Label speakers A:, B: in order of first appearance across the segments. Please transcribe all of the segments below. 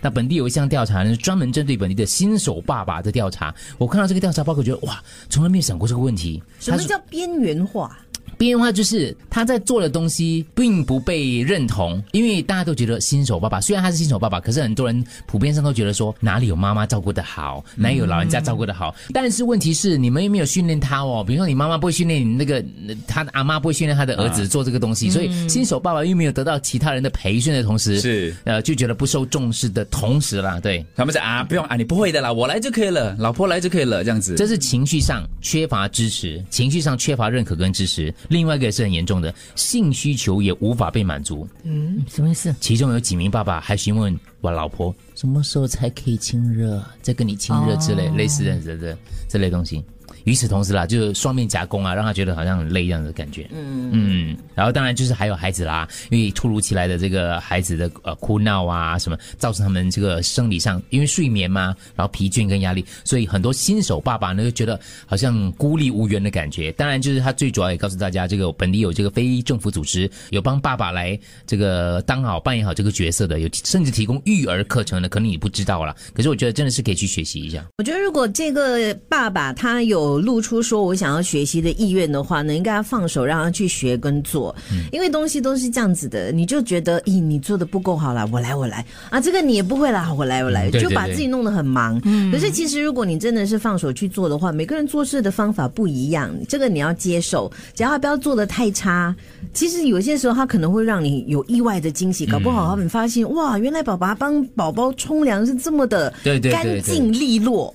A: 那本地有一项调查呢，专门针对本地的新手爸爸的调查。我看到这个调查报告，觉得哇，从来没有想过这个问题。
B: 什么
A: 他说
B: 叫边缘化？
A: 边缘化就是他在做的东西并不被认同，因为大家都觉得新手爸爸，虽然他是新手爸爸，可是很多人普遍上都觉得说哪里有妈妈照顾的好，哪里有老人家照顾的好。但是问题是，你们又没有训练他哦，比如说你妈妈不会训练你那个呃他的阿妈不会训练他的儿子做这个东西，所以新手爸爸又没有得到其他人的培训的同时，
C: 是
A: 呃就觉得不受重视的同时啦，对。
C: 他们说啊，不用啊，你不会的啦，我来就可以了，老婆来就可以了，这样子。
A: 这是情绪上缺乏支持，情绪上缺乏认可跟支持。另外一个也是很严重的，性需求也无法被满足。嗯，什么意思？其中有几名爸爸还询问我老婆什么时候才可以亲热，再跟你亲热之类、类似这样子的这类东西。与此同时啦，就是双面夹攻啊，让他觉得好像很累这样的感觉。嗯嗯，然后当然就是还有孩子啦，因为突如其来的这个孩子的呃哭闹啊什么，造成他们这个生理上因为睡眠嘛，然后疲倦跟压力，所以很多新手爸爸呢就觉得好像孤立无援的感觉。当然，就是他最主要也告诉大家，这个本地有这个非政府组织有帮爸爸来这个当好扮演好这个角色的，有甚至提供育儿课程的，可能你不知道啦，可是我觉得真的是可以去学习一下。
B: 我觉得，如果这个爸爸他有露出说我想要学习的意愿的话呢，应该要放手让他去学跟做，
A: 嗯
B: 因为东西都是这样子的，你就觉得，咦，你做的不够好啦，我来，我来啊，这个你也不会啦，我来，我来，
A: 嗯对
B: 就把
A: 对对
B: 自己弄得很忙。可是其实如果你真的是放手去做的话，每个人做事的方法不一样，这个你要接受，只要他不要做的太差。其实有些时候他可能会让你有意外的惊喜，搞不
A: 嗯
B: 好他们发现、哇，原来爸爸帮宝宝冲凉是这么的
A: 对对对
B: 干
A: 对嗯
B: 净利落。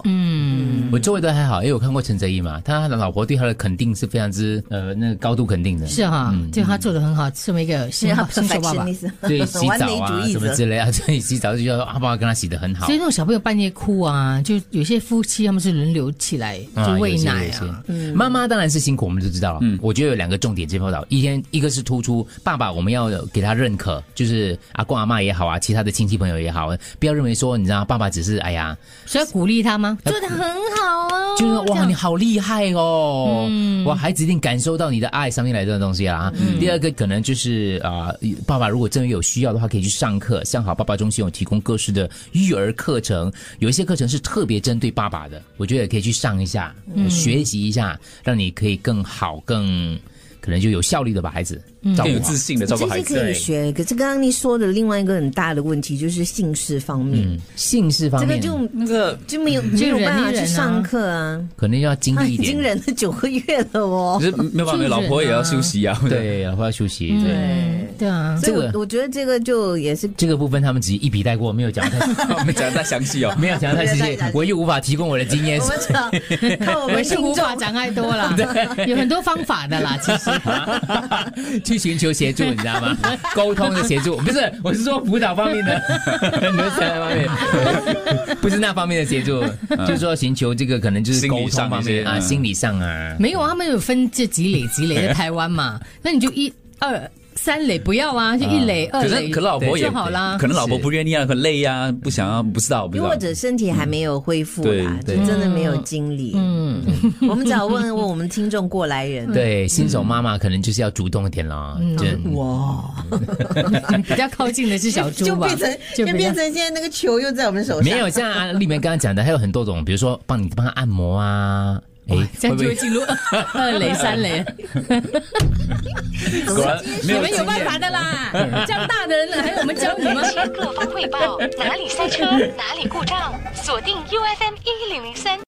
A: 我周围都还好，因为我看过陈泽一嘛，他的老婆对他的肯定是非常之呃那个高度肯定的，
D: 是哈，就他做的很好，这么一个
A: 嗯
D: 新爸新手爸爸。
B: perfectionist
A: 对洗
B: 完
A: 澡
B: 美主
A: 啊
B: 义
A: 什么
B: 者。
A: 之类啊， 所以洗澡就要阿爸爸跟他洗的很好啊
D: 所以。那种小朋友半夜哭啊，就有些夫妻他们是轮流起来就
A: 啊
D: 喂
A: 有些
D: 奶
A: 有些
D: 啊，
B: 嗯
A: 妈妈当然是辛苦，我们就知道了。嗯，我觉得有两个重点这篇报道，一天一个是突出爸爸，我们要给他认可，就是阿公阿妈也好啊，其他的亲戚朋友也好，不要认为说你知道爸爸只是哎呀，
D: 所以要鼓励他吗？做的很好哦，
A: 就是说
D: 这
A: 哇
D: 样
A: 你好厉害哦，哇孩子一定感受到你的爱上面来这种东西啊。第二个可能就是啊、呃爸爸如果真的有需要的话，可以去上课，像好爸爸中心有提供各式的育儿课程，有一些课程是特别针对爸爸的，我觉得也可以去上一下，学习一下，让你可以更好更。可能就有效率的把孩子照顾
C: 更
A: 好
C: 有自信的照顾
B: 这
C: 孩
B: 些
C: 子，
B: 可以学，可是刚刚你说的另外一个很大的问题就是姓氏方面，
A: 嗯，姓氏方
B: 这个
A: 面，嗯
B: 就
C: 那个
B: 就没有没有办法去上课啊，
A: 可能要经
B: 他
A: 历一
B: 已
A: 点
B: 经，忍了九个月了哦
C: 可。是没有办法，
D: 就是
C: 老婆也要休息啊。，
A: 对，然后要休息，对。
D: 嗯对啊，
B: 所以
A: 这
B: 我
A: 个
B: 我觉得这个就 也是
A: 这个部分他们只一笔带过，没有讲太。
C: 我们讲得太详细 哦
A: 没有讲太细
B: 没有
A: 节
B: 太，
A: 我又无法提供我的经验
B: 我。们讲， 看我
D: 我
B: 们
D: 是
B: 听
D: 无
B: 众
D: 法讲太多啦，有很多方法的啦，其实。
A: 去寻求协助，你知道 吗？沟通的协助，不是，我是说辅导方面的，很多其他方 面，不是那方面的协助，
D: 嗯
A: 就是说寻求这个可能就是
C: 心理
A: 沟通
C: 上
A: 方
C: 一些
A: 面啊，
C: 嗯
A: 心理上啊，
D: 没有啊，他们有分这几垒几垒在台湾嘛，那你就一二三垒不要啊，就一垒、二
C: 可是
D: 垒
C: 可能老婆也
D: 就好啦
C: 可。能老婆
A: 是
C: 不愿意啊，很累啊，不想啊，不知道，不知
B: 又
C: 道
B: 或。者身体还没有恢复啦，
A: 嗯
B: 就
C: 对
B: 真的没有精力。嗯，我们只好问问我们听众过来人。
D: 嗯
A: 对，新手妈妈可能就是要主动一点了，就
B: 哇，
D: 比较靠近的是小猪
B: 就
D: 吧
B: 变成，
D: 就
B: 就
D: 比较
B: 变成现在那个球又在我们手上。
A: 没有像啊丽梅刚刚讲的，还有很多种，比如说帮你帮她按摩啊，哎，
D: 这
A: 会
D: 样
A: 不
D: 就会
A: 会？
D: 进入二 二垒三垒，
C: 果然没
D: 你
C: 有
D: 们有
C: 经
D: 办
C: 验
D: 法 的啦，这样大的人了，还有我们教你吗？
E: 各方汇报，哪里塞车，哪里故障，锁定 U F M 一零零三。